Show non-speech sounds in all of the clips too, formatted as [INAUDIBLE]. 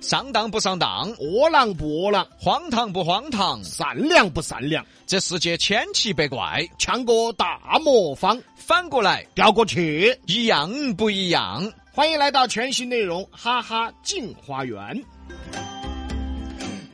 上当不上当，窝囊不窝囊，荒唐不荒唐，善良不善良，这世界千奇百怪，呛个大魔方，反过来调过去。一样不一样。欢迎来到全新内容《哈哈镜花园》。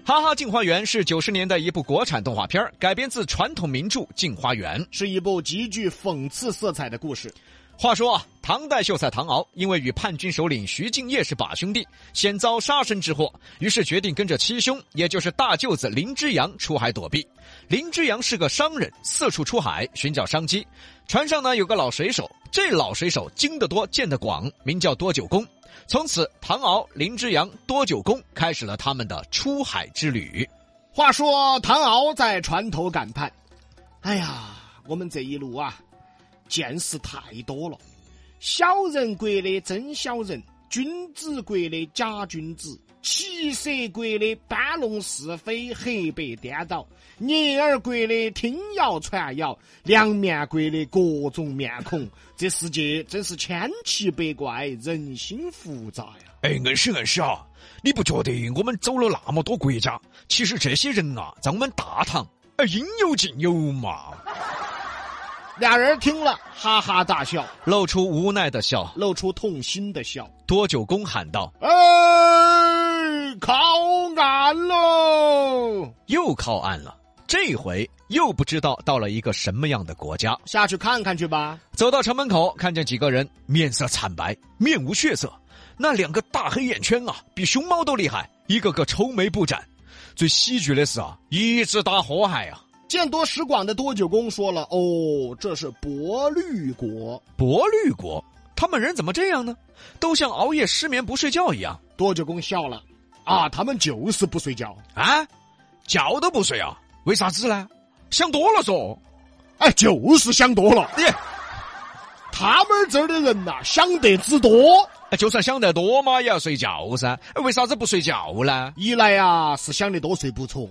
哈哈，《镜花缘》是九十年代一部国产动画片儿，改编自传统名著《镜花缘》。是一部极具讽刺色彩的故事。话说啊，唐代秀才唐敖因为与叛军首领徐敬业是把兄弟，险遭杀身之祸，于是决定跟着七兄，也就是大舅子林之阳出海躲避。林之阳是个商人，四处出海寻找商机。船上呢有个老水手，这老水手经得多，见得广，名叫多九公。从此，唐敖、林之阳、多九公开始了他们的出海之旅。话说唐敖在船头感叹：“哎呀，我们这一路啊，见识太多了。小人国的真小人，君子国的假君子，骑射国的搬弄是非，黑白颠倒；聂耳国的听谣传谣，两面国的各种面孔。这世界真是千奇百怪，人心复杂呀。”哎，硬是硬是啊！你不觉得我们走了那么多国家，其实这些人啊，在我们大唐，哎，应有尽有嘛。俩人听了，哈哈大笑，露出无奈的笑，露出痛心的笑。多九公喊道哎，靠岸哎喽！：“又靠岸了，这回又不知道到了一个什么样的国家。下去看看去吧。”走到城门口，看见几个人面色惨白，面无血色，那两个大黑眼圈啊，比熊猫都厉害，一个个愁眉不展。最唏嘘的是啊，一直打火海啊，见多识广的多九公说了：“哦，这是薄绿国。薄绿国，他们人怎么这样呢？都像熬夜失眠不睡觉一样”多九公笑了：“啊，他们就是不睡觉。啊，觉都不睡啊？为啥子呢？想多了嗦。哎，就是想多了。耶，他们这儿的人呐、想得之多。就算想得多嘛，也要睡觉噻。为啥子不睡觉呢？一来呀、是想得多睡不着；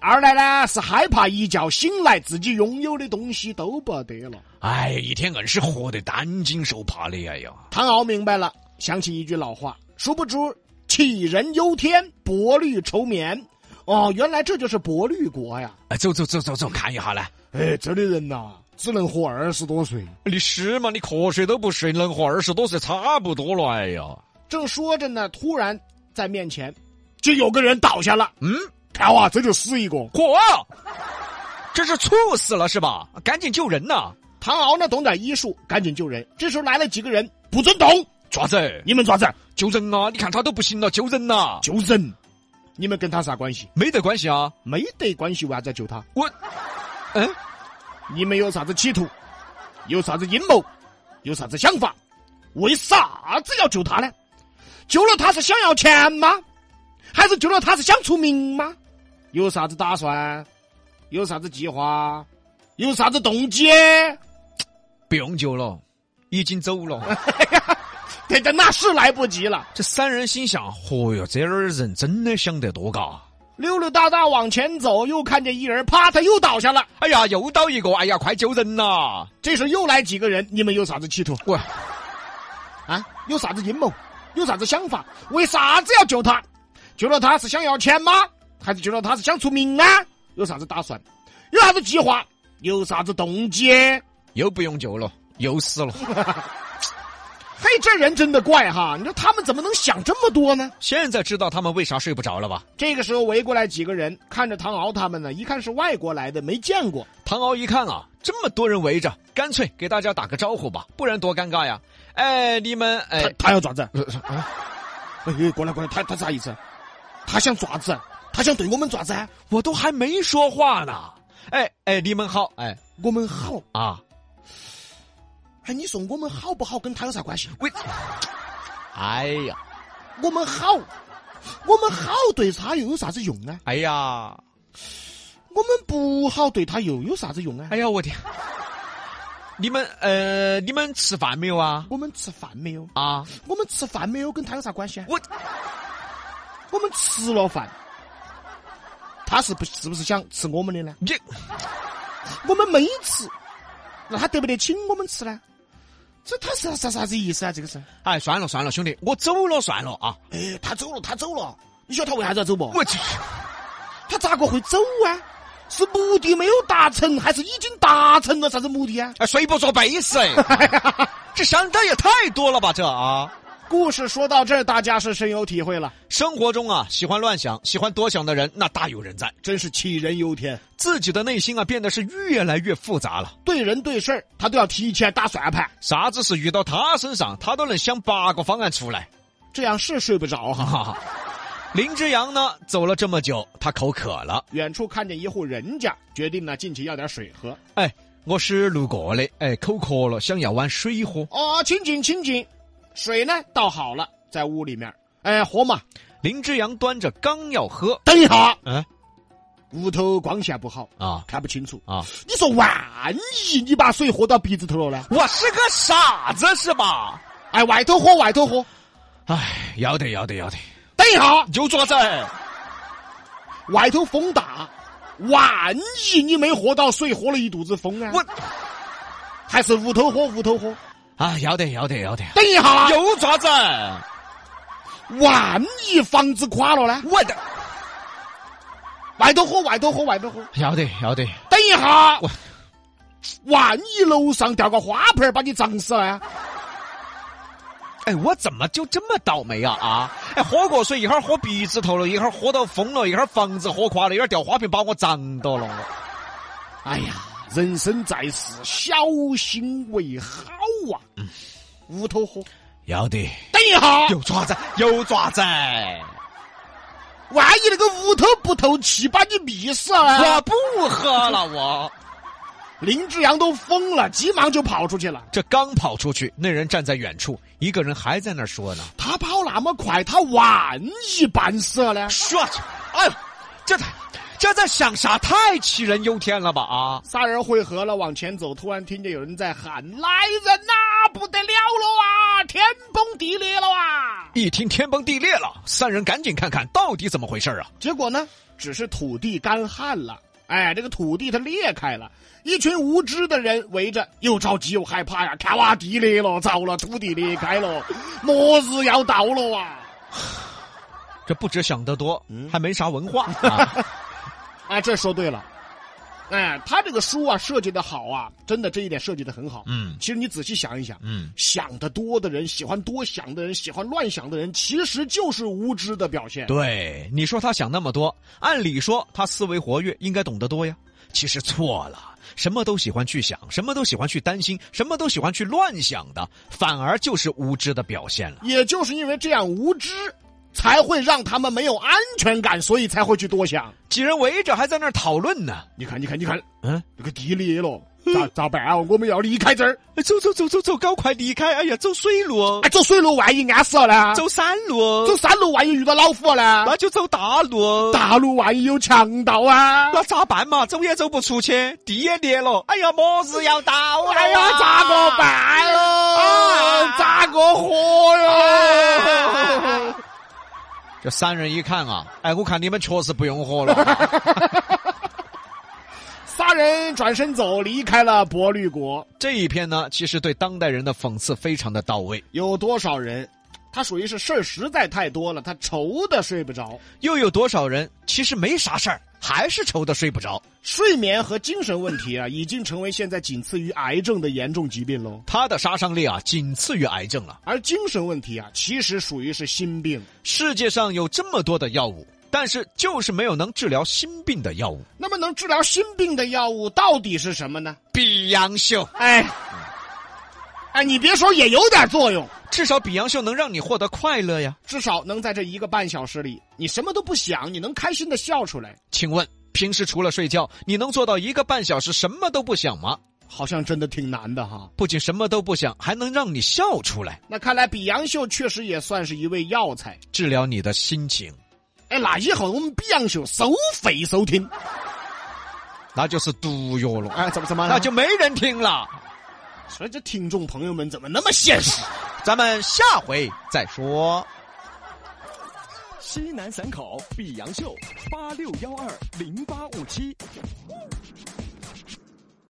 二来呢是害怕一觉醒来自己拥有的东西都不得了。”哎，一天硬是活得担惊受怕的哎呀！唐敖明白了，想起一句老话：“殊不知杞人忧天，薄绿愁眠。”哦，原来这就是薄绿国呀！哎，走走走走走，看一下呢。哎，这里人呐、只能活二十多岁。你是嘛？你瞌睡都不睡，能活二十多岁差不多了。哎呀，正说着呢，突然在面前就有个人倒下了。嗯，看哇，这就死一个。嚯，这是猝死了是吧？赶紧救人呐！唐敖呢，懂点医术，赶紧救人。这时候来了几个人，不准动，爪子，你们抓子救人啊！你看他都不行了，救人呐、救人。你们跟他啥关系？没得关系啊。没得关系，为啥子要救他？我，嗯，你们有啥子企图？有啥子阴谋？有啥子想法？为啥子要救他呢？救了他是想要钱吗？还是救了他是想出名吗？有啥子打算？有啥子计划？有啥子动机？不用救了，已经走了。这这那是来不及了。这三人心想：嚯哟，这儿人真的想得多嘎！溜溜达达往前走，又看见一人，啪，他又倒下了。哎呀，又倒一个！哎呀，快救人呐！这时候又来几个人，你们有啥子企图我啊？有啥子阴谋？有啥子想法？为啥子要救他？救了他是想要钱吗？还是救了他是想出名啊？有啥子打算？有啥子计划？有啥子动机？又不用救了，又死了。嘿，这人真的怪哈！你说他们怎么能想这么多呢？现在知道他们为啥睡不着了吧？这个时候围过来几个人，看着唐敖他们呢，一看是外国来的，没见过。唐敖一看啊，这么多人围着，干脆给大家打个招呼吧，不然多尴尬呀！哎，你们哎呃他，他要爪子？啊！哎哎，过来过来，他他啥意思？他想爪子？他想对我们爪子？啊我都还没说话呢。哎哎，你们好，哎我们好？啊，哎，你说我们好不好跟他有啥关系？喂，哎呀，我们好，我们好对他又有啥子用呢？哎呀，我们不好对他又有啥子用啊？哎呀，我天！你们呃，你们吃饭没有啊？我们吃饭没有？啊，我们吃饭没有跟他有啥关系啊？我我们吃了饭，他是不是不是想吃我们的呢？你我们没吃，那他得不得请我们吃呢？这他是啥啥啥子意思啊？这个是？哎，算了算了，兄弟，我走了算了啊！哎，他走了，他走了，你晓得他为啥子要走不？我去，他咋个会走啊？是目的没有达成，还是已经达成了啥子目的啊？哎，谁不做背 [LAUGHS] 时？哎，这想的也太多了吧？这啊，故事说到这儿，大家是深有体会了，生活中啊，喜欢乱想、喜欢多想的人，那大有人在。真是杞人忧天。自己的内心啊，变得是越来越复杂了。对人对事儿，他都要提前打算盘，啥子事遇到他身上，他都能想八个方案出来。啊这样是睡不着哈。哈哈，林之阳呢，走了这么久，他口渴了。远处看见一户人家，决定呢进去要点水喝。哎，我是路过的，哎，口渴了，想要碗水喝。哦，请进，请进。水呢倒好了，在屋里面。哎，喝嘛。林之阳端着刚要喝，等一下，嗯屋头光线不好，啊看不清楚。啊，你说万一你把水喝到鼻子头了呢？我是个傻子是吧？哎，外头喝，外头喝。哎，要得要得要得，等一下，就爪子。外头风大，万一你没喝到水，喝了一肚子风呢？我还是屋头喝，屋头喝。啊，要得要得要得，等一下，啊又爪子。万一房子垮了呢？我的，外头喝，外头喝，外头喝。要得要得，等一下啊我，万一楼上掉个花盆儿把你砸死了呀？哎，我怎么就这么倒霉啊啊！哎，喝过水，一会儿喝鼻子头了，一会儿喝到疯了，一会儿房子喝垮了，一会儿掉花瓶把我撞到了。哎呀，人生在世，小心为好啊！嗯屋头喝。要得，啊等一下，啊又爪子，又爪子，万一那个屋头不透气，把你迷死了呢。我不喝了，我林志扬都疯了，急忙就跑出去了。这刚跑出去，那人站在远处，一个人还在那儿说呢，他跑那么快，他万一绊死了呢？说去，哎呦，这太这在想啥？太杞人忧天了吧啊！仨人汇合了，往前走，突然听见有人在喊：“来人呐、不得了了啊！天崩地裂了啊！”一听天崩地裂了，三人赶紧看看到底怎么回事啊！结果呢，只是土地干旱了，哎，这个土地它裂开了，一群无知的人围着，又着急又害怕呀，看哇，地裂了，糟了，土地裂开了，末日要到了啊！这不止想得多，嗯还没啥文化。啊哎，这说对了，哎，他这个书啊设计的好啊，真的这一点设计的很好。嗯其实你仔细想一想。嗯。想得多的人，喜欢多想的人，喜欢乱想的人，其实就是无知的表现。对，你说他想那么多，按理说他思维活跃，应该懂得多呀。其实错了，什么都喜欢去想，什么都喜欢去担心，什么都喜欢去乱想的，反而就是无知的表现了。也就是因为这样无知，才会让他们没有安全感，所以才会去多想。几人围着还在那儿讨论呢。你看，你看，你看，嗯，这个地裂了，咋咋办啊？我们要离开这儿，哎走走走走走，赶快离开！哎呀，走水路哎，走水路万一淹死了呢？走山路走山路万一遇到老虎了呢？就走大路大路万一有强盗啊？咋办嘛？走也走不出去，地也裂了。哎呀，末日要到哎呀，咋个办哦？啊咋个活啊哟？这三人一看啊，哎，我看你们确实不用喝 [LAUGHS] 了。仨人转身走，离开了博绿国。这一篇呢，其实对当代人的讽刺非常的到位，有多少人？他属于是事儿实在太多了，他愁的睡不着。又有多少人其实没啥事儿，还是愁得睡不着？睡眠和精神问题啊，已经成为现在仅次于癌症的严重疾病喽。他的杀伤力啊，仅次于癌症了。而精神问题啊，其实属于是心病。世界上有这么多的药物，但是就是没有能治疗心病的药物。那么能治疗心病的药物到底是什么呢？比洋秀，哎，哎，你别说，也有点作用，至少比洋秀能让你获得快乐呀。至少能在这一个半小时里，你什么都不想，你能开心的笑出来，请问，平时除了睡觉，你能做到一个半小时什么都不想吗？好像真的挺难的哈。不仅什么都不想，还能让你笑出来，那看来比洋秀确实也算是一味药材。治疗你的心情，哎，那以后我们比洋秀收费收听。那就是毒药了，哎，怎么怎么了？那就没人听了。所以这听众朋友们怎么那么现实？咱们下回再说。西南散口碧阳秀八六幺二零八五七。